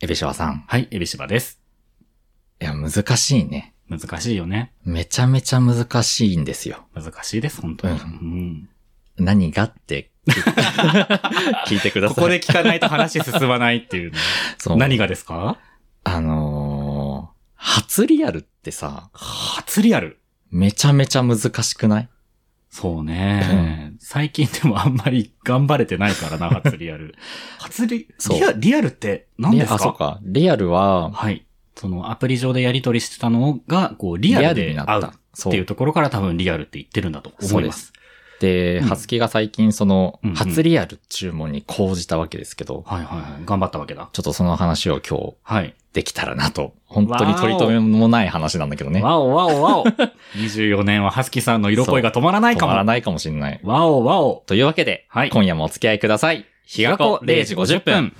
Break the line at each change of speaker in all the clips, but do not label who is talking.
エビシバさん。
はい、エビシバです。
いや、難しいね。
難しいよね。
めちゃめちゃ難しいんですよ。
難しいです、本当
う
に。
ん
うん
何が って聞い聞いてくださ
こ
い。
こで聞かないと話進まないっていうね。
そう
何がですか
あのー、初リアルってさ、
初リアル。
めちゃめちゃ難しくない
そうね。最近でもあんまり頑張れてないからな、初リ アル。初リ、
そう
リアリアルって何ですか
あ、そうか。リアルは、
はい。そのアプリ上でやり取りしてたのが、こう、リアルで会うっ。
そ
ていう
う。
ところから多分リアルって言ってるんだと
そ
思
う
い
で
ます。
で、
うん
ハツキが最近その
うんう、ん
初リアル注文に講じたわけですけど、
はいはいはい。頑張ったわけだ。
ちょっとその話を今日
はい。
できたらなと。本当に取り留めもない話なんだけどね。
わおわおわ お。24年はハスキさんの色恋が止まらな
止
いかも。
まらないかもしれない。
わおわお。
というわけで、
はい
今夜もお付き合いください。日が子0時50分。。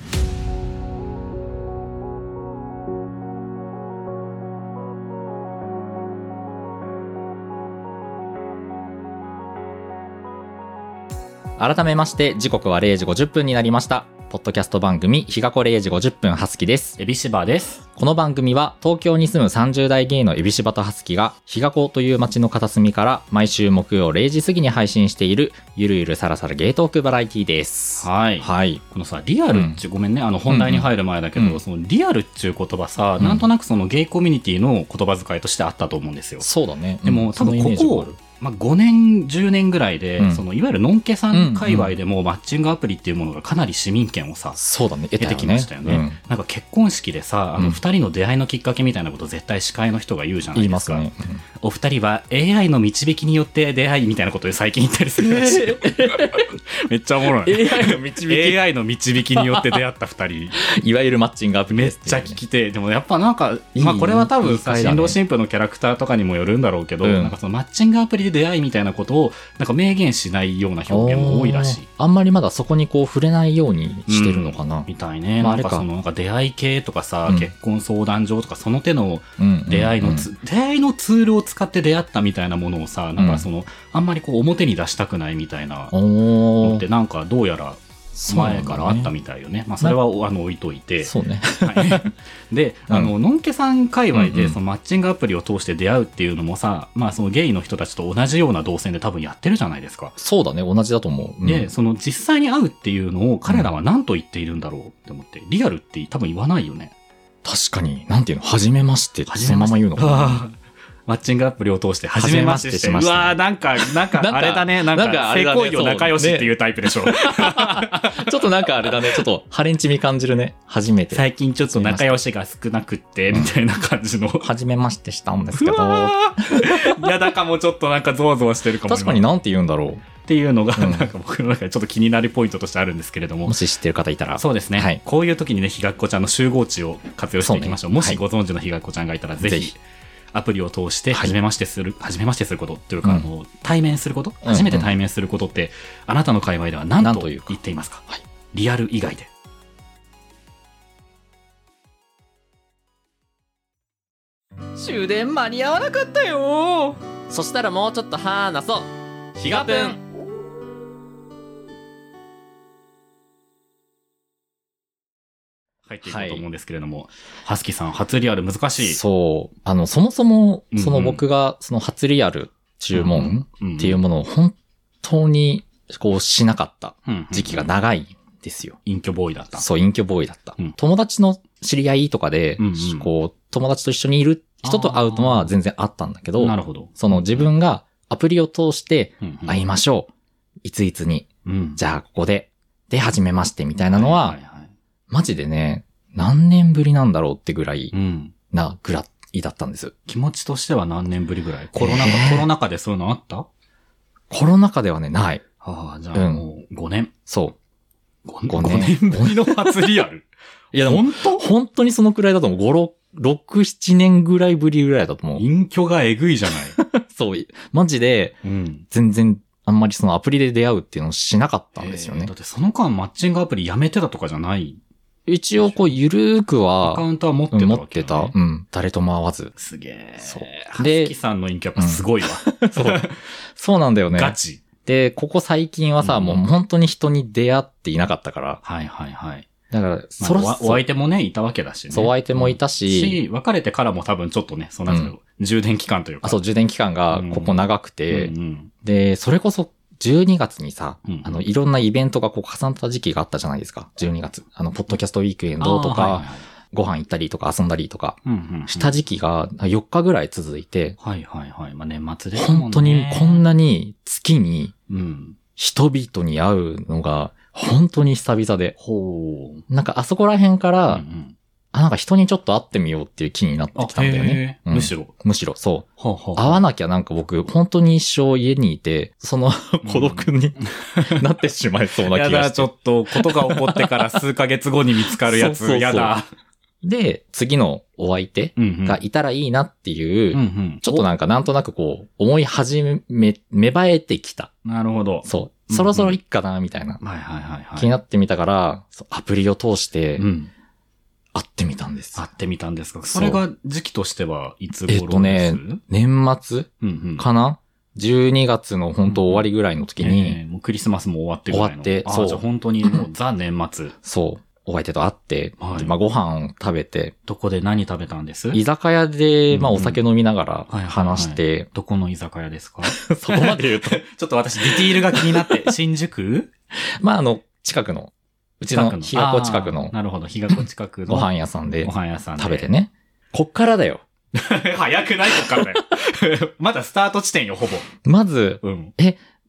改めまして、時刻は0時50分になりました。ポッドキャスト番組、日が子0時50分、はすきです。
エビシバです。
この番組は、東京に住む30代芸のエビシバとハスキが、日が子という街の片隅から、毎週木曜0時過ぎに配信している、ゆるゆるさらさらゲートークバラエティです。
はい。
はい。
このさ、リアルっちゅう、ごめんね、あの、本題に入る前だけど、
うんうん
そのリアルっちゅう言葉さ、
うん
なんとなくそのゲイコミュニティの言葉遣いとしてあったと思うんですよ。
そうだね。
でも、
うんそ
多分こ
のイメージ
こ
はある、
まあ、5年、10年ぐらいで、
うん
その、いわゆるノンケさん界隈でも、マッチングアプリっていうものがかなり市民権をさ、
そうだね。得
出てきましたよね。なんか結婚式でさ、あ
う
の
ん
二人の出会いのきっかけみたいなこと絶対司会の人が言うじゃ
うん
な
言い
いで
ますす
か。
ね。うん
お二人は AI の導きによって出会いみたいなことで最近言ったりするらし い。めっちゃお もろい。
AI の導き
AI の導きによって出会った二人。
いわゆるマッチングアプリ
め
で
っ
す
ちゃ聞きてえでもやっぱなんか、まあ
いい
これは多
い
分
い
さ、
回だね
新郎新婦のキャラクターとかにもよるんだろうけど、
うん
なんかそのマッチングアプリで出会いみたいなことを、なんか明言しないような表現も多いらしい。
あんまりまだそこにこう触れないようにしてるのかな、
みたいね。
まあ
なんか
あれか
その、なんか出会い系とかさ、
うん
結婚相談所とか、その手の
うんうん
出会いのつ、出会いのツールを使って出会ったみたいなものをさ、なんかその、あんまりこう表に出したくないみたいな
うん
の
お
って、なんかどうやら前からあった
み
みたいよね。まあそれはおあの置いといて。
そうね
はい で、
うん
あの、のんけさん界隈
うんう
で、
ん
そのマッチングアプリを通して出会うっていうのもさ、まあそのゲイの人たちと同じような動線で多分やってるじゃないですか。
そうだね同じだと思う、うん
で、その実際に会うっていうのを彼らは何と言っているんだろうって思って、リアルって多分言わないよね。
確かになんていうの初めましてって
初
そ
め
の
ま
ま
して
ま言うのかな
あ ーマッチングアプリを通して初めましてして
初めましてしまし
う
た
わーなんか、なんか
なん、か
あれだね。なんか、
なんかあれ
性
だね
行為を仲良しっていうタイプでし ょ。
ちょっとなんかあれだねちょっとハレンチ味感じるね初めて
最近ちょっと仲良しが少なくって、みたいな 感じの。
初めましてしたんですけ
う
ど
わ ーやだかもちょっとなんかゾワゾワしてるかも
確かに
今
なんて言うんだろ
っていうのが、
うん
なんか僕の中でちょっと気になるポイントとしてあるんですけれど
う
も
も。し知ってる方いたら
そうですね、
はい
こういう時にね、ひがっこちゃんの集合値を活用していきまし
そ
ょう。
うね
もしご存知のひがっこちゃんがいたら、ぜ
ぜ
ひ
ひ、
アプリを通して、
はい
初めましてする、初めましてすることっていうか、
うん
あの、対面すること、
うんうん
初めて対面することって、あなたの界隈では何
なん
と
というか
言っていますか
はい
リアル以外で。
終電間に合わなかったよ
そしたらもうちょっと話そう。
日
がぷん
入っていこうと思うんですけれども、はすきさん、初リアル難しい。
そうあのそもそもそ
うん
の
うん
僕がその初リアル注文
っ
っていうものを本当にこうしなかった時期が
い。
長いんですよ。
隠居ボーイだった。
そう、隠居ボーイだった。
うん
友達の知り合いとかで、
うんうん
こう、友達と一緒にいる人と会うのは全然あったんだけど、
なるほど。
その自分がアプリを通して
うんうん
会いましょう。いついつに、
うん
じゃあここで、で、初めましてみたいなのは、
いいはい
マジでね、何年ぶりなんだろうってぐらい
うん
なぐらいだったんです。
気持ちとしては何年ぶりぐらいコロナ禍、
えー
コロナ禍でそういうのあった
コロナ禍ではね、ない。
ああ、じゃ
う
あ
ん
もう5年。
そう。
5,
五年
年ぶりの初リアル。
いやでも、
本当
本当にそのくらいだと思う。5、6、7年ぐらいぶりぐらいだと思う。
隠居がえぐいじゃない。
そう。マジで、
うん。
全然、あんまりそのアプリで出会うっていうのをしなかったんですよ
えー
ね
だ。ってその間マッチングアプリやめてたとかじゃない。
一応、こう、ゆるーく
アカ
は、
ウントは持って
う
た
ん持
わ
っ
け
て
だね、
た。うん。誰とも会わ ず。
すげえ。
そう
で、
で
はすきさんの隠居やっぱすごいわ。
そう。そうなんだよね。
ガチ。
で、ここ最近はさ、
うん
もう本当に人に出会っていなかったから、
はいはいはい。
だから、
まあ
そろ
お
そ
お
ろ、
相手もね、いたわけだしね。
そう、お相手もいたし、
し、別れてからも多分ちょっとね、そうなんですけど、充電期間というか。
あ、そう、充電期間がここ長くて、
うんうん
で、それこそ12月にさ、
うん
あの、いろんなイベントがこう重なった時期があったじゃないですか。12月。あの、ポッドキャストウィークエンドとか、
あーはいはいはい
ご飯行ったりとか遊んだりとか、
うんうんうん
した時期が4日ぐらい続いて、
はいはいはい。まあ年末ですもんね。
本当にこんなに月に
うん。
人々に会うのが本当に久々で、
ほう。
なんかあそこら辺から、
うんうん
あ、なんか人にちょっと会ってみようっていう気になって
あ、
きたんだよね。
へー
うん
むしろ。
むしろ、そう。
ほうほう
会わなきゃなんか僕、本当に一生家にいて、その孤独に なってしまいそうな
や
気が
だ、
し
ちょ
て。
っと、ことが起こってから数ヶ月後に見つかるや
そうそうそ
つ。
う
やだ。
で、次のお相手
うんうん
がいたらいいなっていう、
うんうん
ちょっとなんかなんとなくこう、思い始め、芽生えてきた。
なるほど。
そう。
うん
そろそろいっかな、みたいな。
はいはいはいはい。
気になってみたから、そうアプリを通して
うん。
会ってみたんです。
会ってみたんですが、
そ
そうれが時期としてはいつ
え
頃
っとね
ですうん
年末
うん。
かな ?12 月の本当終わりぐらいの時に、
えーもうクリスマスも終わってぐらいの
終わって
あー
そう
じゃあ本当にもうザ年末。
そう、お相手と会って、
はい
でまあご飯を食べて、
どこで何食べたんです
居酒屋で、まあ
うん
お
うん
酒飲みながら
はいはいはい
話 して、
どこの居酒屋ですか
そこまで言うと、
ちょっと私ディティールが気になって、 新宿
まああの、近くの、うちの日が子近く
あ
の
ーなるほど、日が子近くの
ご飯屋さんで
ご飯屋さんで。
食べてね。こっからだよ。
早くないとかだよ。 まだスタート地点よ、ほぼ。
まず、
うん。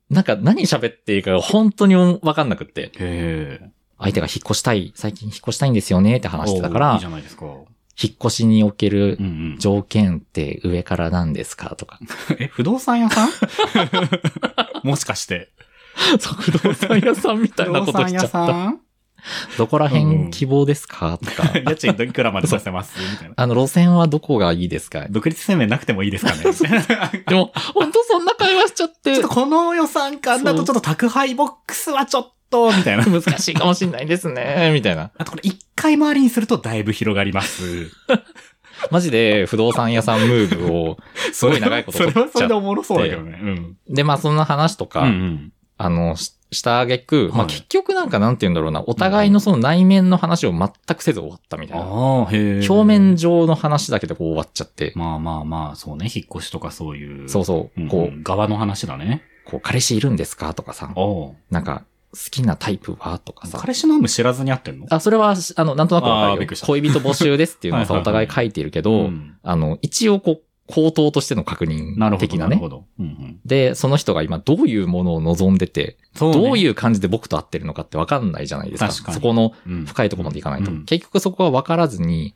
なんか何喋っていいか本当にわかんなくって、
へえ。
相手が引っ越したい、最近引っ越したいんですよねって話してたか
おーい
ら
いじ、ゃないですか。う
引っ越しにおける
んうん。
条件って上からなんですか とか。
え、不動産 屋さんもしかして。
そう不動産屋さんみたいなことしちゃった。
ん
どこら
う
辺
ん
希望ですかとか。
家賃いくらまでさせますみたいな。
あの、路線はどこがいいですか
独立声明なくてもい いですかねち
でも、ほんとそんな会話しちゃって
ょっとこの予算感だとちょっと宅配ボックスはちょっと、みたいな。
難しいかもしんないですね、みたいな。
あとこれ一回回りにするとだいぶ広がります。
マジで不動産屋さんムーブを、
す
ごい長いこと
それはそれ
取っち
で
ゃ
おもろそうだけどね。うん。
で、まあそんな話とか、
うん
あの、ししたあげく、ま
は
あ
い
結局なんかなんて言うんだろうな、お互いのその内面の話を全くせず終わったみたいな。
ああ、へえ。
表面上の話だけでこう終わっちゃって、
まあまあまあ、そうね。引っ越しとかそういう。
そうそう、こう、
ん側の話だね。
こう、彼氏いるんですかとかさ、
お
なんか、好きなタイプはとかさ。
彼氏の有無知らずに会ってんの
あ、それは、あの、なんとなくわ
あ
かる
ーび
よ
っくりし。た
恋人募集ですっていうのをさ、
はい
お
はいはい
互い書いているけ
う
ど、
ん
あの、一応こう、口頭としての確認
なるほ
的
ど。
な
なる
ね。
ほど。うんうん
で、その人が今どういうものを望んでて、
そ
どう
う
いう感じで僕と会ってるのかってわかんないじゃないですか。
確かに
そこの
ね、
深いところまでいかないと。
うん
結局そこはわからずに、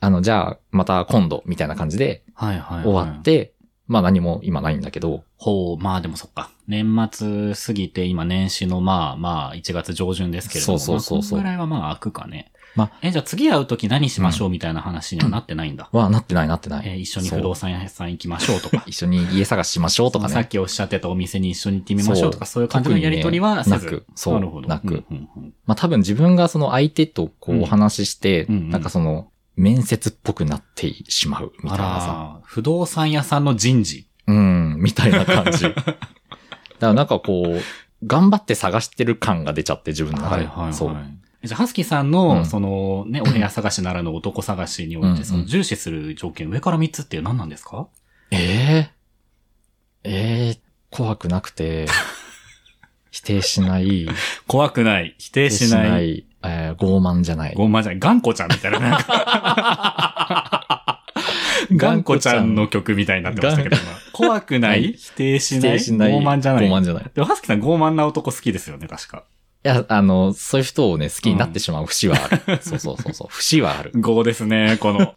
あの、じゃあ、また今度、みたいな感じで
はいはいはい
終わって、まあ何も今ないんだけど、
ほう、まあでもそっか。年末過ぎて、今年始のまあまあ1月上旬ですけれども。
そうそうそうそう
まあこんぐらいはまあ開くかね。
まあ
え、じゃあ次会うとき何しましょうみたいな話にはなってないんだ。
はなってないなってない。
えー一緒に不動
そう。
産屋さん行きましょうとか
一緒に家探ししまし ょうとか
さっ
ね。
きおっしゃってたお店に一緒に行ってみましょうとか、
そ
そうういう感じのやりとりはせず、
特にねなくそう
なるほど。
なく
うんうんうん
まあ多分自分がその相手とこうお話しして、
うんうんうん
なんかその、面接っぽくなってしまうみた
あ
いなさ。
ら、不動産屋さんの人事。
うん、みたいな 感じ。だからなんかこう、頑張って探してる感が出ちゃって自分の中で。そう。
えじゃあ、ハスキーさん
う
の、
ん
そのね、お部屋探しならぬ男探しにおいて、そ
うんう
の
ん
重視する条件、上から3つって何なんですか
ええええ怖くなく て、否定しない、
怖くない。否定
否定
しない。
いえー傲慢じゃない。
ごまじゃない。頑固ちゃんみたいな。な んか頑固ちゃんの曲みたいになってましたけど、今怖くな
はい
い否定し
否
な
定
い
しない。
傲慢じゃない。
傲慢じゃない。い
でも、はすきさん傲慢な男好きですよね、確か。
や、あの、そういう人をね、好きになってしまう節はある。そうそうそうそう。節はある。
傲ですね、この。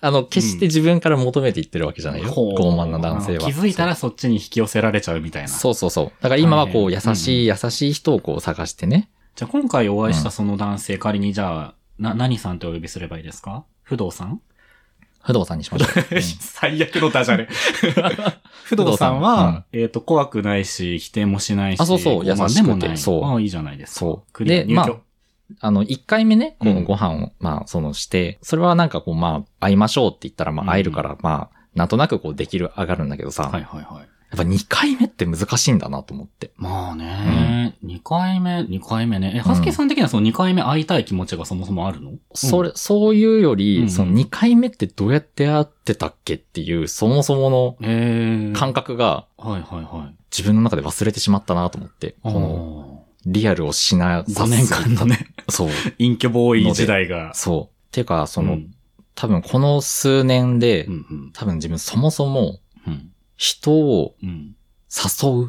あの、決して自分から求めていってるわけじゃないよ。
ほう
傲慢な男性は。
気づいたらそっちに引き寄せられちゃうみたいな。
そうそうそう。だから今はこう、
大
優
変
しい、優しい人をこう探してね。
じゃあ、今回お会いしたその男性、仮にじゃあ、な、何さんとお呼びすればいいですか不動産
不動産にしましょう。 うん
最悪のダジャレ。 不動産は、えっと、怖くないし、否定もしないし。
あそうそう
傲慢でもな
優しくて
い。
そう
ああ、いいじゃないですか。
そ
ク
う。
リア
で、
入居
まあ、あの、一回目ね、こ
う
の
ん
ご飯を、まあ、そのして、それはなんかこう、まあ、会いましょうって言ったら、ま
う
あ、
ん
会えるから、まあ、なんとなくこう、できる、上がるんだけどさ、
はいはいはい。
ぱ2回目って難しいんだなと思って。
まあね、二2回目、2回目ね。え、はすけさん的にはその2回目会いたい気持ちがそもそもあるの、
そ
れ、
れ、そういうより、
うん
その2回目ってどうやって会ってたっけっていう、そもそもの
えー、
感覚が
はいはいはい。
自分の中で忘れてしまったなと思って、このリアルをしな
5
さす
年間 のね、
そう、
隠居ボーイ時代が。
そう。てか、その、
うん
多分この数年で、
うんうん
多分自分そもそも
うん
人を
うん。
誘うっ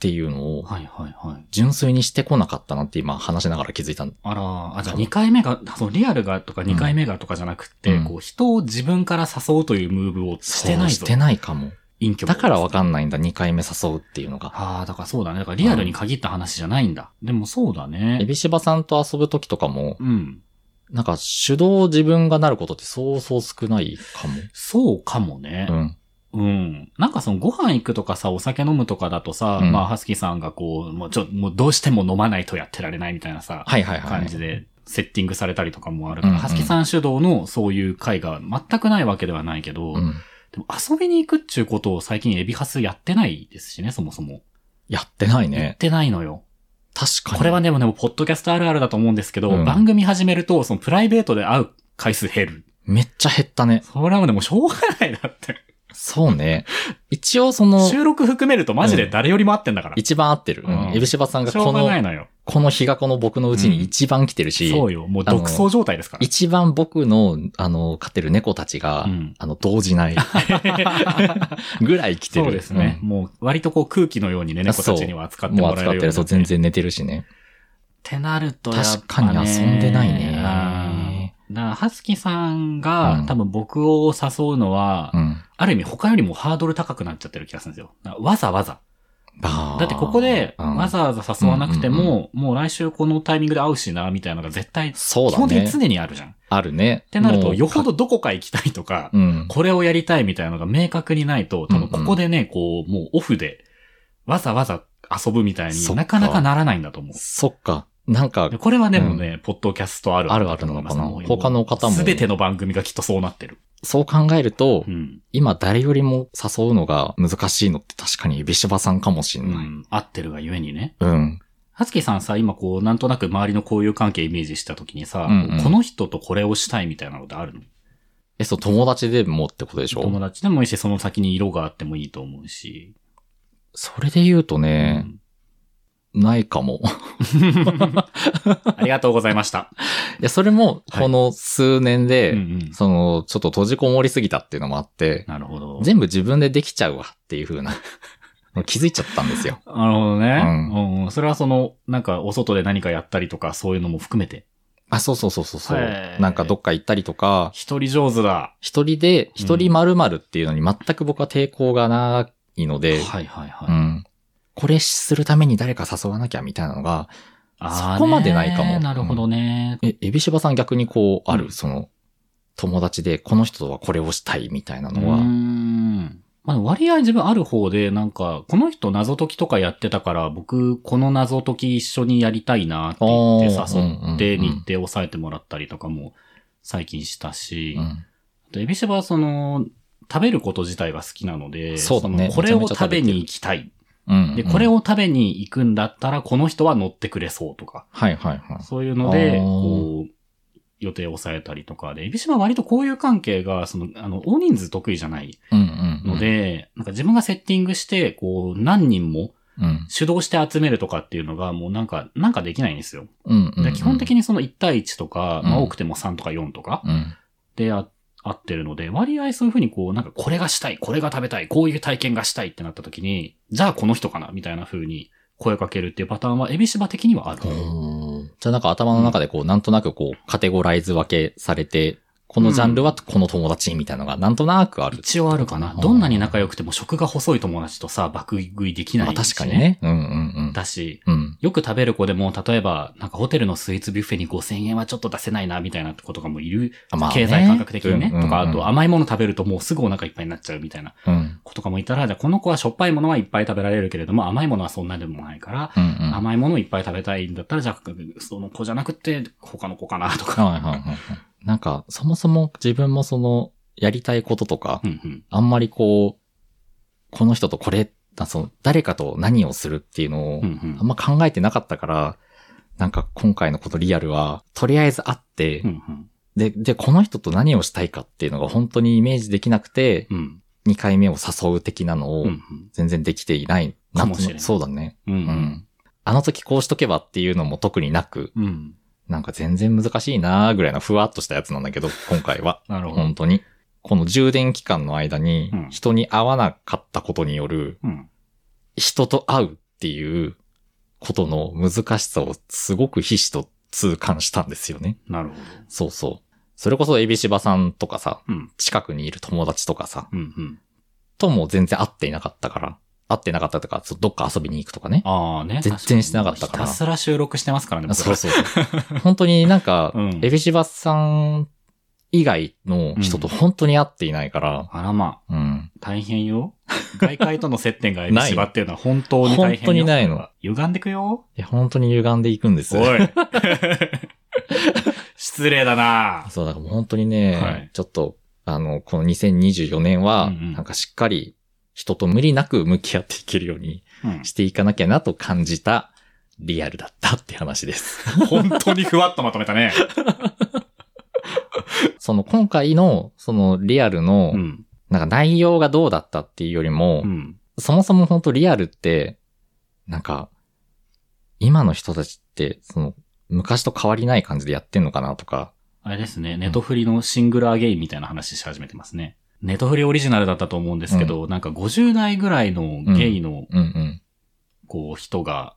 ていうのを
はいはいはい。
純粋にしてこなかったなって今話しながら気づいたん
あら、あ、じゃあ2回目が、そのリアルがとか2回目がとかじゃなくて、
うん
こう人を自分から誘うというムーブをして
そ
ない
う
ぞ。
してないかも。
隠居
だからわ
ん
かんないんだ、2回目誘うっていうのが。
ああ、だからそうだね。だからリアルに限った話じゃないんだ。でもそうだ
エ
ね。
ビシバさんと遊ぶ時とかも、
うん。
なんか主導自分がなることってそうそう少ないかも。
そうかもね。
うん。
うん。なんかそのご飯行くとかさ、お酒飲むとかだとさ、
うん
まあ、ハスキーさんがこう、もうちょ、もうどうしても飲まないとやってられないみたいなさ、
はいはいはい。
感じでセッティングされたりとかもあるか
う
ら、
んうん
ハスキーさん主導のそういう会が全くないわけではないけど、
うん。
でも遊びに行くっちゅうことを最近エビハスやってないですしね、そもそも。
やってない
やっ
ね。
てないのよ。
確かに。
これはでもね、ポッドキャストあるあるだと思うんですけど、
うん
番組始めると、そのプライベートで会う回数減る。
めっちゃ減ったね。
それはもうねもうしょうがないだって。
そう ね。一応その、
収録含めるとマジで誰よりも会ってんだから。
一番合ってる。う
うん
ん。エビシバさんが
しょ
こ
うが
の
ないのよ。
この日がこの僕のうちに一番来てるし、
そうよ。もう独走状態ですから。
一番僕の、あの、飼ってる猫たちが、
うん
あの、動じ ないぐらい来てる。
そうですね。もう割とこう空気のようにね、猫たちには扱
うん。
っても
もう
らえるよ
扱っ
うに
てる。そう、全。然寝てるしね。
ってなるとやっぱ、ね、
確かに遊んでないね
うんだから、はつきさんが、
うん
多分僕を誘うのは、
うん。
ある意味他よりもハードル高くなっちゃってる気がするんですよ。わざわざ。
だ
だってここで、わざわざ誘わなくても、もう来週このタイミングで会うしな、みたいなのが絶対、基
そうだ
本的に
ね。
常にあるじゃん。っ
あるね。って
なると、よほどどこか行きたいとか、
うん。
これをやりたいみたいなのが明確にないと、多分ここでね、こう、もうオフで、わざわざ遊ぶみたい
そっ
に
か
なかなかならないんだと思う。
そっか。なんか
で、これはね、もうね、ポッドキャストある
あるあるなのかな
もう
他の方も
すべての番組がきっとそうなってる。
そう考えると、
うん。
今誰よりも誘うのが難しいのって確かにエビシバさんかもし
うん
ない。
ん。合ってるがゆえにね。
うん。
はつきさんさ、今こう、なんとなく周りの交友関係イメージした時にさ、
うんうん
この人とこれをしたいみたいなのってあるの
え、そう、友達でもってことでしょ
友達でもいいし、その先に色があってもいいと思うし。
それで言うとね、ないかも。
うん ありがとうございました。
いや、それも、
はい
この数年で、
うんうん
その、ちょっと閉じこもりすぎたっていうのもあって、
なるほど。
全部自分でできちゃうわっていう風な、 気づいちゃったんですよ。
なるほどね。
う
うん。それはその、なんか、お外で何かやったりとか、そういうのも含めて。
あ、そうそうそうそうそ
へ
う。
ー
なんかどっか行ったりとか、
一人上手だ。
一人で、一人〇〇っていうのに全く僕は抵抗がないので、
はいはい
うん。
はい。
これするために誰か誘わなきゃみたいなのが、
あーね
そこまでないかも
なるほどね。
え、エビシバさん逆にこう、ある、
うん
その、友達でこの人とはこれをしたいみたいな
うー
のは、
ん。まあ、割合自分ある方で、なんか、この人謎解きとかやってたから、僕、この謎解き一緒にやりたいなって言って
あー
誘って、
うんうん
日
うん
程抑えてもらったりとかも、最近したし
う、ん
あとエビシバはその、食べること自体が好きなので、
そうだね
のこれ
め
を
ちゃめちゃ
食
食べ
べ
てる
に行きたい
うん。
で、これ
を、
を食べに行くんだったら、この人は乗ってくれそうとか、
はいはいはい。
そういうので、
あー
こう、予定を抑えたりとかで、エビシバは割と交友関係が、その、あの、大人数得意じゃない
うんうんうん。
ので、なんか自分がセッティングして、こう、何人も
うん、
主導して集めるとかっていうのが、もうなんか、なんかできないんですよ。
うんうんう
で
ん。
基本的にその1対1とか、まあ
うん
多くても3とか4とか
うん。
であ合ってるので、割合そういうふうにこう、なんかこれがしたい、これが食べたい、こういう体験がしたいってなった時に、じゃあこの人かな、みたいな風に声かけるっていうパターンは、エビシバ的にはある。
じゃあなんか頭の中でこう、なんとなくこう、カテゴライズ分けされて、このジャンルはこの友達みたいなのがなんとなくある。
一応あるかな。どんなに仲良くても食が細い友達とさ、爆食いできない、
まあ確かに。ね。うんうん
だし、
うん。うん。
よく食べる子でも、例えば、なんかホテルのスイーツビュッフェに5000円はちょっと出せないな、みたいな子とかもいる。
あまあね
経済感覚的にね。
うん
とか、あ
うんうん
と甘いもの食べるともうすぐお腹いっぱいになっちゃうみたいな
うん。
子とかもいたら、じゃあこの子はしょっぱいものはいっぱい食べられるけれども、甘いものはそんなでもないから、
うんうん。はい
甘いものをいっぱい食べたいんだったら、じゃあ、その子じゃなくて、他の子かな、とか。
はいはいはい。なんか、そもそも自分もその、やりたいこととか
う、んうん。
あんまりこう、この人とこれだその誰かと何をするっていうのを
うんうん
あんま考えてなかったから、なんか今回のこのリアルは、とりあえず会って、
うんうん
で、で、この人と何をしたいかっていうのが本当にイメージできなくて、
うん
2回目を誘う的なのを
うんうん
全然できていない。
かもしれない
そうだね。
う
うんん。あの時こうしとけばっていうのも特になく、
うんうん
なんか全然難しいなーぐらいのふわっとしたやつなんだけど、今回は。
なるほど。
本当に。この充電期間の間に
うん、
人に会わなかったことによる、
うん
人と会うっていうことの難しさをすごくひしと痛感したんですよね。
なるほど。
そうそう。それこそエビシバさんとかさ、
うん
近くにいる友達とかさ、
うんうん。
とも全然会っていなかったから、会ってなかったとか、そうどっか遊びに行くとかね。
ああね。
全然してなかったから
ひたすら収録してますからね、僕
そう
ら
そう そう。本当になんか、
うん
エビシバさん以外の人と本当に会っていないから、
あらまあ、
うん。
大変よ。外界との接点がエビ
ない
シバっていうのは本当に大変よ。
本当にないの。
歪んでくよ。
いや、本当に歪んでいくんですよ。
おい。 失礼だな
そう、だからもう本当にね、
はい
ちょっと、あの、この2024年は、
うんうん
なんかしっかり人と無理なく向き合っていけるように
うん
していかなきゃなと感じたリアルだったって話です。
本当にふわっとまとめたね。
その今回の、そのリアルの、
うん。
なんか内容がどうだったっていうよりも、
うん。
そもそも本当リアルって、なんか、今の人たちって、その、昔と変わりない感じでやってんのかなとか、
あれですね、ネトフリのシングルアゲインみたいな話し始めてますね。ネトフリオリジナルだったと思うんですけど、なんか50代ぐらいのゲイの、
うんうん。
こう、人が、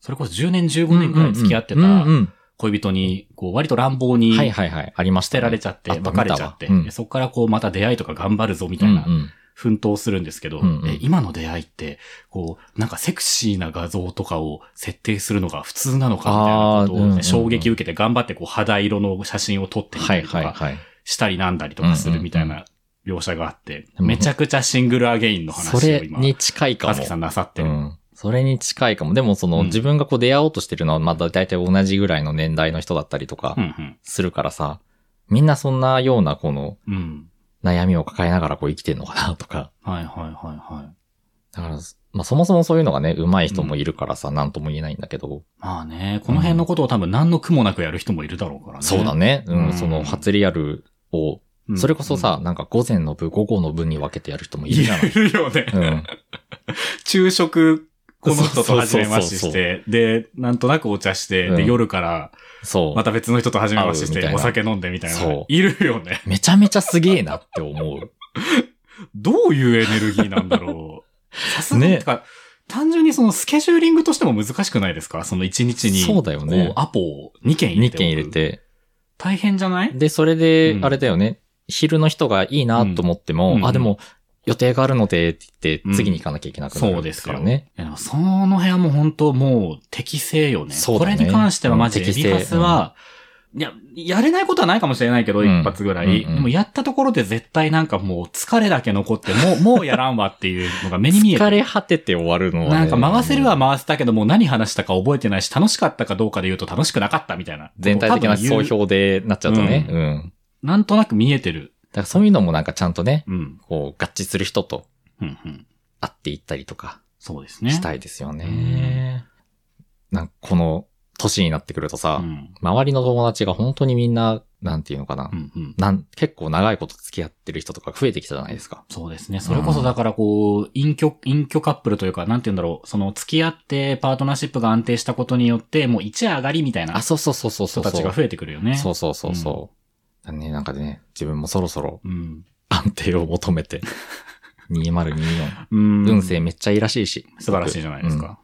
それこそ10年、15年ぐらい付き合って
うんうん
た
うんうん
恋人に、こう、割と乱暴に
はいはいはい。ありまし
捨
た、
て
ね。
られちゃって、
あった
別れちゃって、
見たわうん
でそこからこう、また出会いとか頑張るぞみたいな
うんうん
奮闘するんですけど、
うんうん
え今の出会いって、こう、なんかセクシーな画像とかを設定するのが普通なのかみたいなことを
あーうん
ね、
うんうん
衝撃受けて頑張ってこう肌色の写真を撮ってみた
はい
りとか、
はいはい。
したりなんだりとかするみたい
うん
な描写があって、
うん
めちゃくちゃシングルアゲインの
そ
話を
れ
今、
に近いかも。
かずきさんなさって
う
る。
ん。それに近いかも。でもその、
うん
自分がこう出会おうとしてるのはまだ大体同じぐらいの年代の人だったりとか
うんうん
するからさ、みんなそんなようなこの
うん。
悩みを抱えながらこう生きてんのかなとか。
はいはいはいはい。
だから、まあそもそもそういうのがね、上手い人もいるからさ、なんとも言えないんだけど。
まあね、この辺のことを多分何の苦もなくやる人もいるだろうからね。
そうだね。う、
うんん
その初リアルを、
うん。
それこそさ、なんか午前の部、午後の部に分けてやる人も
うん、
いるじゃない
い。るよね。
うん。
昼食、この人と初めまして
そうそうそう
し。て、で、なんとなくお茶して、
う
で、
ん
夜から、
そう。
また別の人と初めましてし
会うみたい
て、
な
お酒飲んでみたいな。
そう
いるよね。
めちゃめちゃすげえなって思う。
どういうエネルギーなんだろ う。さすが
ね
に、てか単純にそのスケジューリングとしても難しくないですかその1日に。
そうだよね
こうアポを2件入れ
2
て。
件入れ。て。
大変じゃない
で、それで
う、ん
あれだよね、昼の人がいいなと思っても、
うん
あ、でも、予定があるので、って
う
言って、
ん
次に行かなきゃいけなくな
そ
る
うです
か
よ
らね。。
いやでもその辺はもう本当もう適正よね。
そうだね
これに関してはマジで、
うん適
ビ
正
カスは、いや、やれないことはないかもしれないけど、
うん
一発ぐらい。
うんうん
でもやったところで絶対なんかもう疲れだけ残って、もう、もうやらんわっていうのが目に見えて
疲
る。
れ果てて終わるのは、
な
ね。
んか回せるは回せたけども、何話したか覚えてないし、楽しかったかどうかで言うと楽しくなかったみたいな。
全体的な総。評でなっちゃうとね。う。
うんなんとなく見えてる。
だからそういうのもなんかちゃんとね、
うん。
こう、合致する人と
うんうん。
会っていったりとか
そうですね。
したいですよね。なんかこの年になってくるとさ、
うん。
周りの友達が本当にみんな、なんていうのかな、
うんうん。
なん結構長いこと付き合ってる人とか増えてきたじゃないですか。
そうですね。それこそだからこう、隠居、隠居カップルというか、なんて言うんだろう。その付き合ってパートナーシップが安定したことによって、もう一夜上がりみたいな
あ、そうそうそうそうそ
人
うそう。
たちが増えてくるよね。
そうそうそうそう。だね、なんかね、自分もそろそろ
うん。
安定を求 めて、2024。
うん。
運勢めっちゃいいらしいし。
素晴らしいじゃないですか。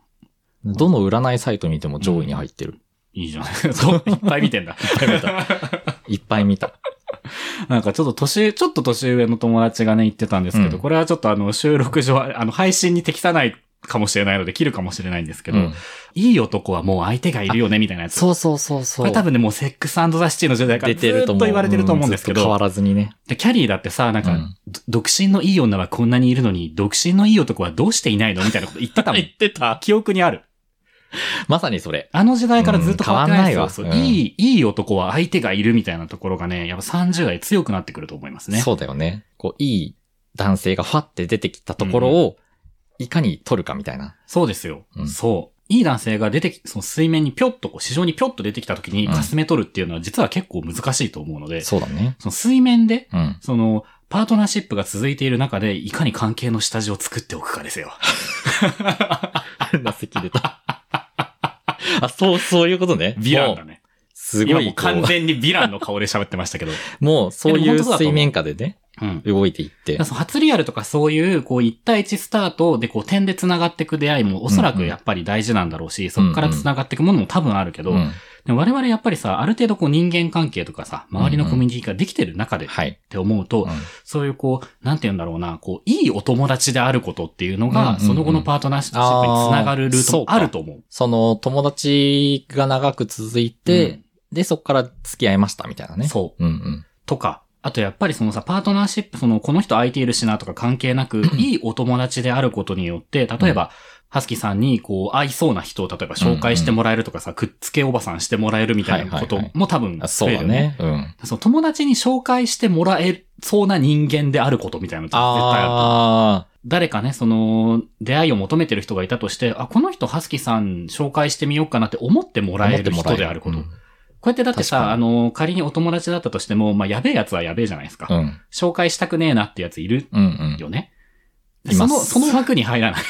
うん。どの占いサイト見ても上位に入ってる。
いいじゃないですか。 いっぱい見てんだ。
いっぱい見た。 いっぱい見た。
なんかちょっと年、ちょっと年上の友達がね、言ってたんですけど、
うん
これはちょっとあの、収録上、あの、配信に適さないかもしれないので、切るかもしれないんですけど、
うん
いい男はもう相手がいるよね、みたいなやつ。
そうそうそう
こ
そう。
れ多分ね、もうセックスザシティの時代か
出
らず
てる
ー
と
っと
思う。
言われてると思うんです
ず
け
っと変
ど、
わらずにね。
でキャリーだってさ、なんか、
うん
ど独身のいい女はこんなにいるのに、独身のいい男はどうしていないのみたいなこと言って たもん。
てた。
記憶にある。
まさにそれ。
あの時代からずっと変わってないですよ
うん変わん
そう
ないわうん
いい、いい男は相手がいるみたいなところがね、やっぱ30代強くなってくると思いますね。
そうだよね。こう、いい男性がファって出てきたところを、いかに取るかみたいな。
そうですよ。
うん
そう。いい男性が出てき、その水面にぴょっとこう、市場にぴょっと出てきた時に、
うん
かすめ取るっていうのは実は結構難しいと思うので、
そ
そ
うだね。
の水面で、
うん。
その、パートナーシップが続いている中で、いかに関係の下地を作っておくかですよ。
なせきれた。 あ、そう、そういうことね。
ヴィラン
も
だ
う
ね。
すご
今も、
いう
完
こ
全にヴィランの顔で喋ってましたけ ど。
うもうそうい
えでも本
う
当そうだと思
水
う
面下でね、
うん。
動いていって
だから。その初リアルとかそういう、こう、一対一スタートで、こう、点で繋がっていく出会いも、おそらくやっぱり大事なんだろうし、そこから繋がっていくものも多分あるけど、
うん
でも我々やっぱりさ、ある程度こう人間関係とかさ、周りのコミュニティができてる中でっ
はい。
て思うと、
うん
そういうこう、なんて言うんだろうな、こう、いいお友達であることっていうの
うんうん
が、
うん
その後のパートナーシップにつながるルートもあると思う。
その友達が長く続いて、で、そこから付き合いましたみたいな
うん、
ね。
そう。
う。うんうん。
とか、あとやっぱりそのさ、パートナーシップ、その、この人空いているしなとか関係なく、いいお友達であることによって、例えば、ハスキーさんに、こう、合いそうな人を、例えば紹介してもらえるとかさ、くっつけおばさんしてもらえるみたいなことも多分
あ
増
そう
えるよ
だね。うん。
その友達に紹介してもらえそうな人間であることみたいなのって絶対あると思う。
あ
誰かね、その、出会いを求めてる人がいたとして、あ、この人、ハスキーさん紹介してみようかなって思っても
ー、
らえ
思って
る
もらえ
人であること。
うん
こうやってだって
確か
さ、
に
あの、仮にお友達だったとしても、まあ、やべえやつはやべえじゃないですか。
うん。
紹介したくねえなってやついる
うんうん。
よね。
い
そ
ま
の、
す
その枠に入ら ない。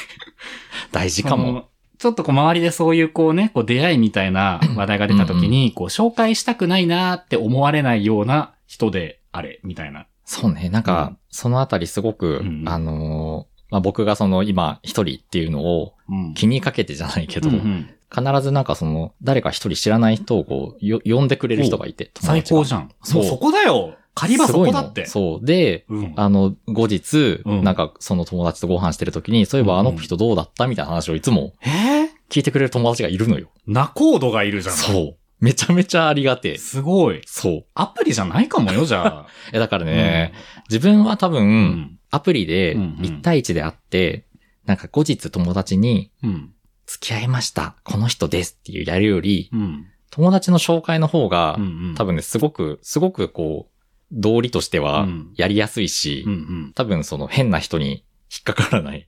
大事
し
か
か
も。
も、ちょっとこう、周りでそういうこうね、こう、出会いみたいな話題が出た時に、こう、紹介したくないなーって思われないような人であれ、みたいな。
そうね。なん
う
か、そのあたりすごく、
うんうん
あのーまあ、僕がその今一人っていうのを
うん
気にかけてじゃないけ
う
ど、
んうん
必ずなんかその誰か一人知らない人をこうよ呼んでくれる人がいて。
最高じゃん。
そう
もうそこだよ。狩り場
す
そ
ごい
こ
の
だって。
そう。で、
うん。
あの、後日、
うん
なんかその友達とご飯してる時に、そういえばあの人どうだったみたいな話をいつも
えー、
聞いてくれる友達がいるのよ。
仲人がいるじゃん。
そう。めちゃめちゃありがてえ。
すごい。
そう。
アプリじゃないかもよ、じゃあ。
え、だからね、自分は多
う
分、
ん。
アプリで
うんうん
1対1であって、なんか後日友達に、
うん。
付き合いました。この人ですっていうやるより、
うん。
友達の紹介の方が、
うん。
多分ね、すごく、すごくこう、道理として
う
は
ん、
やりやすいし、
うんうん。
多分その変な人に引っかからない。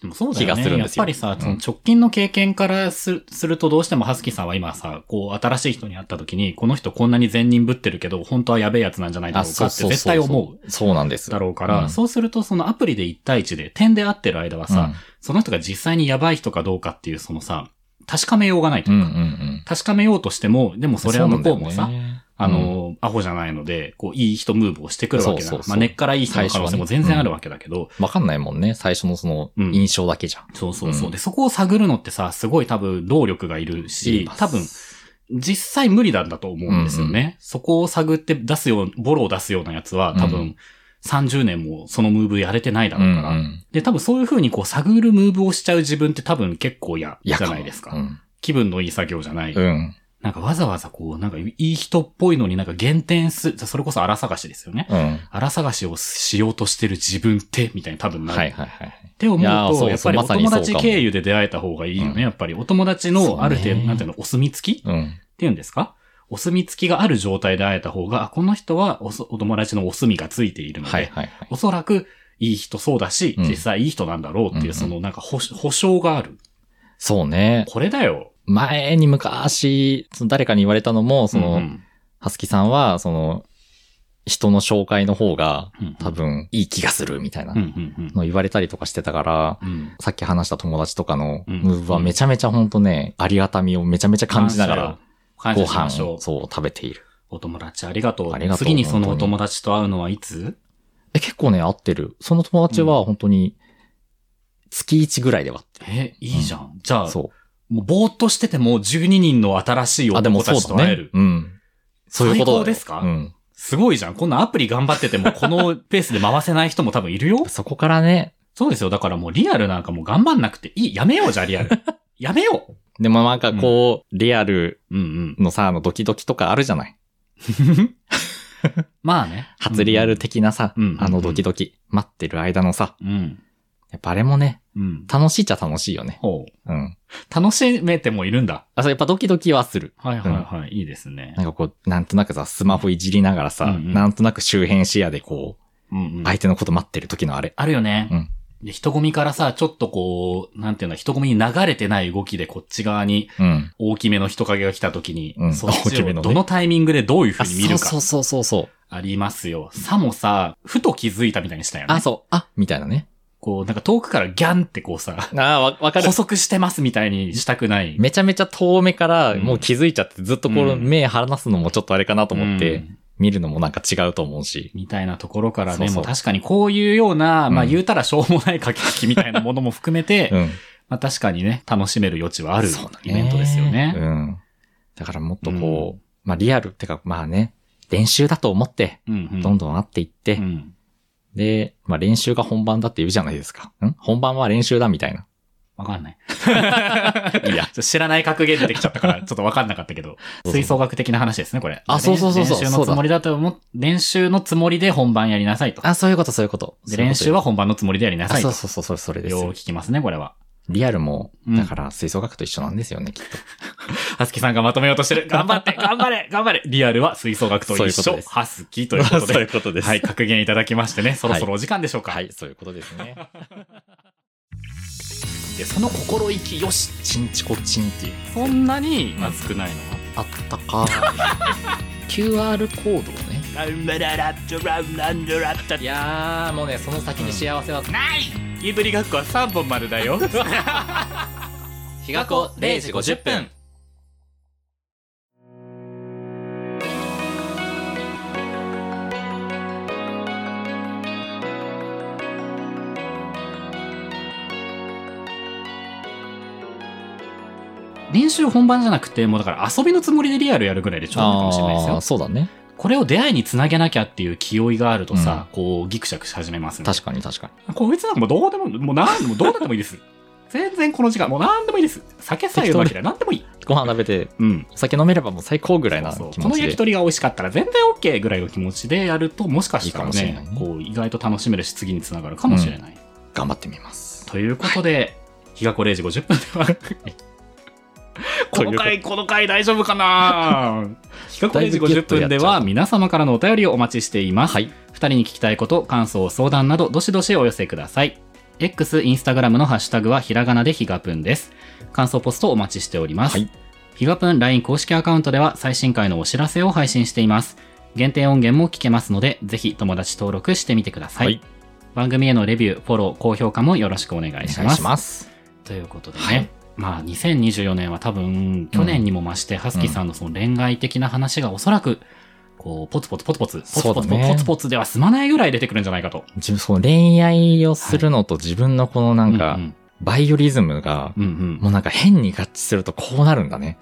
でもそうだよね。
気がするんですよ
やっぱりさ、
うん
その直近の経験からするするとどうしてもハスキーさんは今さ、こう新しい人に会った時に、この人こんなに善人ぶってるけど、本当はやべえやつなんじゃないだろうかって絶対思
う。そうなんです。
う。だろうから、
うん
そうするとそのアプリで1対1で点で会ってる間はさ、その人が実際にやばい人かどうかっていう、そのさ、確かめようがないと
うん、
いううんか、
うんうん。
確かめようとしても、でもそれは向こうも
そな
さ、
んだよね
あ、の、アホじゃないので、こう、いい人ムーブをしてくるわけだ
そうそうそう
まあ、根っからいい人の可能性も全然あるわけだけ
う
ど、
んわかんないもんね。最初のその、
うん
印象だけじゃん。
そうそうそう。
うん
で、そこを探るのってさ、すごい多分、労力がいる
いり
し
ま、す
多分、実際無理なんだと思うんですよね。
う
そこを探って出すよう、ボロを出すようなやつは、多分、
うん
30年もそのムーブやれてないだ
う
ろうんから。
うん。
で、多分そういう風にこう探るムーブをしちゃう自分って多分結構嫌じゃないですか。
うん。
気分のいい作業じゃない。
うん。
なんかわざわざこう、なんかいい人っぽいのになんか減点す、それこそ荒探しですよね。
うん。
荒探しをしようとしてる自分って、みたいに多分なる。
はいはいはい。
って思
いやー
う
そう
と、やっぱり
ま
お
さに
友
そうかも
達経由で出会えた方がいいよ
うん
ね、やっぱり。お友達
そうね
のある程度、なんていうの、お墨付きっ
うん。
ていうんですかお墨付きがある状態で会えた方が、あこの人はおそお友達のお墨がついているので、
はいはいはい。
おそらくいい人そうだし、
うん
実際いい人なんだろうって
うん
いうう、
ん
そのなんか保保証がある。
そうね。
これだよ。
前に昔、その誰かに言われたのも、その、
うんうん
はすきさんは、その、人の紹介の方が、
うん
多分、いい気がするみたいな
うんうん
の言われたりとかしてたから、
うんうん
さっき話した友達とかの
うん
ムーブはめちゃめちゃ本当ね、ありがたみをめちゃめちゃ感じながら、
感謝、
ご
感謝しま
飯
しょう
を。そう食べている。
お友達ありがとう。
ありがとう
次にそのお
本当に
友達と会うのはいつ
え、結構ね、合ってる。その友達は本当に、月1ぐらいではって
え、いいじゃん。じゃあ、
そ。
もうぼーっとしてても12人の新しいう
あ、で
男
も
た
そう
ちと
だ
会え
ね
る。。
うん。そういうことだよ
最高ですか
うん。。
すごいじゃん。こんなアプリ頑張ってても、このペースで回せない人も多分いるよ
そこからね、
そうですよ。だからもうリアルなんかもう頑張んなくていい。やめようじゃ あリアル。やめよ
でもなんかこう、リアル
う。うん
のさ、あのドキドキとかあるじゃない
うん。まあね。
初リアル的なさ、
うん
あのドキドキ、待ってる間のさ、
うん。
やっぱあれもね、
うん。
楽しいっちゃ楽しいよね。
ほう。
うん。
楽しめてもいるんだ。
あ、そう、やっぱドキドキはする。
はいはいはい。いいですね
な。んかこう、なんとなくさ、スマホいじりながらさ、
うんうん
なんとなく周辺視野でこう、
うんうん。
相手のこと待ってる時のあれ。
あるよね。
うん
で、人混みからさ、ちょっとこう、なんていうの、人混みに流れてない動きでこっち側に
うん。
大きめの人影が来た時に、
うん
そっ
大き
ち
めのね
をどのタイミングでどういう風
あ、
に見るか
そうそうそうそうそう。
ありますよ。さもさ、ふと気づいたみたいにしたよね。
あ、そう。あ、みたいなね。
こう、なんか遠くからギャンってこうさ、
ああ、わわか
補足してますみたいにしたくない。
めちゃめちゃ遠目から
うん
もう気づいちゃってずっとこ
う
の
ん
目離すのもちょっとあれかなと思っ
う
て
ん
見るのもなんか違うと思うし。
みたいなところからね、
そうそう
もう確かにこういうような、まあ
うん
言うたらしょうもない駆け引きみたいなものも含めて、
うん。
まあ確かにね、楽しめる余地はある
そうだね
イベントですよね。
うん。だからもっとこう、
う
まあリアルってかまあね、練習だと思って、
うんうん
どんどん会っていって、
うん
で、まあ練習が本番だって言うじゃないですか。ん本番は練習だみたいな。
わかん ない。
いや
ちょっと知らない格言出てきちゃったから、ちょっとわかんなかったけど、
そう
吹奏楽的な話ですね、これ。
あそうそうそうそう
練習のつもりだと思っ、練習のつもりで本番やりなさいと。
あ、そういうことそういうこと。
で練習
は
は本番のつもりでやりなさ
あ、
い
そ
と
う。そうそう、それそれです
よう
よ。
聞きますね、これは。
リアルも、
うん
だから吹奏楽と一緒なんですよね、きっと。
ハスキさんがまとめようと してる。頑張って、頑張れ、頑張れ。リアルは吹奏楽と
そうい
一
うこと
緒
で。す
ハスキという ことで。
うことで
はい、格言いただきましてね、そろそろお時間でしょうか。
はい、そういうことですね。
で、その心意気よし。
チンチコチンっていう。
そんなに、まずくないの
あ
は。
ったか。QR コードをね。いやー、もうね、その先に幸せは、
いぶり学校は3本までだよ。
日が子0時50分。
練習本番じゃなくて、もうだから遊びのつもりでリアルやるぐらいでちょうどいいかもしれないです
あ
よ
ー。そうだね。
これを出会いにつなげなきゃっていう気負いがあるとさ、こうギクシャクし始めますね。
確かに確かに。
こいつなんかもうどうでも、もう何でもどうでもいい です。全然この時間、もう何でもいいです。酒さえうまければ何でもいい。
ご飯食べて、
うん。
お酒飲めればもう最高ぐらいな気
そう
持ち
そ
で。
うこの焼き鳥が美味しかったら全然 OK ぐらいの気持ちでやると、もしかしたら
いいかもしれない
ね
ね、
こう意外と楽しめるし、次につながるかもしれない。
頑張ってみます。
ということで、日が子0時50分では、この回、この回大丈夫かな 日が子0時50分では、皆様からのお便りをお待ちしています。
はい。
2人に聞きたいこと、感想、相談など、どしどしお寄せください。X、インスタグラムのハッシュタグはひらがなでひがぷんです。感想ポストお待ちしております。
はい
ひがぷん LINE 公式アカウントでは最新回のお知らせを配信しています。限定音源も聞けますので、ぜひ友達登録してみてください。
はい
番組へのレビュー、フォロー、高評価もよろしくお願いし
お願
ま
い
す。
します。
ということでね、
はい
まあ2024年は多分去年にも増して、ハスキーさんのその恋愛的な話がおそらくこうポツポツポツポツポツポツポ
そう
ツ
だね
ポツポツでは済まないぐらい出てくるんじゃないかと。
自分、その恋愛をするのと自分のこのなんか
う、ん
バイオリズムが、
うんうんうん
もうなんか変に合致するとこうなるんだ ね。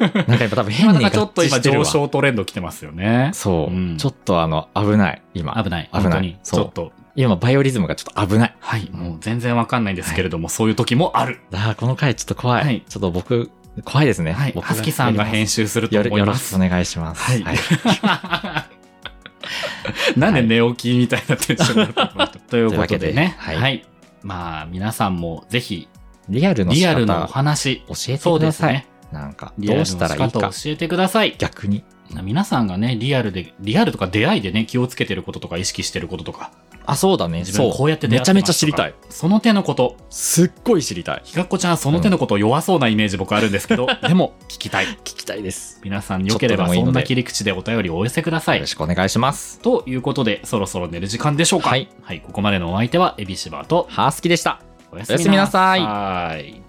なんかやっぱ多分変
まあ
に
なん
合
かちょっと
致
今
してる
上
わ。
昇トレンド来てますよね。
そう、
うん
ちょっとあの、危ない、今。
危ない。
危ない
本当に。ち
そう
ょっと。
今、バイオリズムがちょっと危ない。
はい。もう全然わかんないんですけれども、そういう時もある。
ああ、この回ちょっと怖い。
はい
ちょっと僕、怖いですね。
はい。
僕
ハスキーさんが編集すると
よろ
思い
よ
ま
ろ
す
しく。お願いします。
はいなんで寝起きみたいなテンションになってるのとい
とい
うことでね。
うわけでは
はいい、まあ、皆さんもぜひ、
リアルの仕
リア
方
ルのお話、
教えて
そう
く
で
だ
す
さい。
ね。
なんか、
リア
ど
ルの
う
仕
したらいい
方を教
か。
えてください。
逆に。
皆さんがね、リアルで、リアルとか出会いでね、気をつけてることとか意識してることとか、
あ、そうだね。
自分
そう。
こうやって出会
め
っ
ち
て
ゃめ
ま
ちゃ
す
知
と
り
か
たい。
その手のこと、
すっごい知りたい。
ひかっこちゃんその手のこと弱そうなイメージ僕あるんで すけど、でも聞きたい。
聞きたいです。
皆さんよければ
ちょっとでもいい
そ
ので
んな切り口でお便りをお寄せくださ
よ
い
ろ。しくお願いします。
ということで、そろそろ寝る時間でしょうか。
はい。
ここまでのお相手は、エビシバと、
ハースキでした。
おや
おやすみなさい
はい。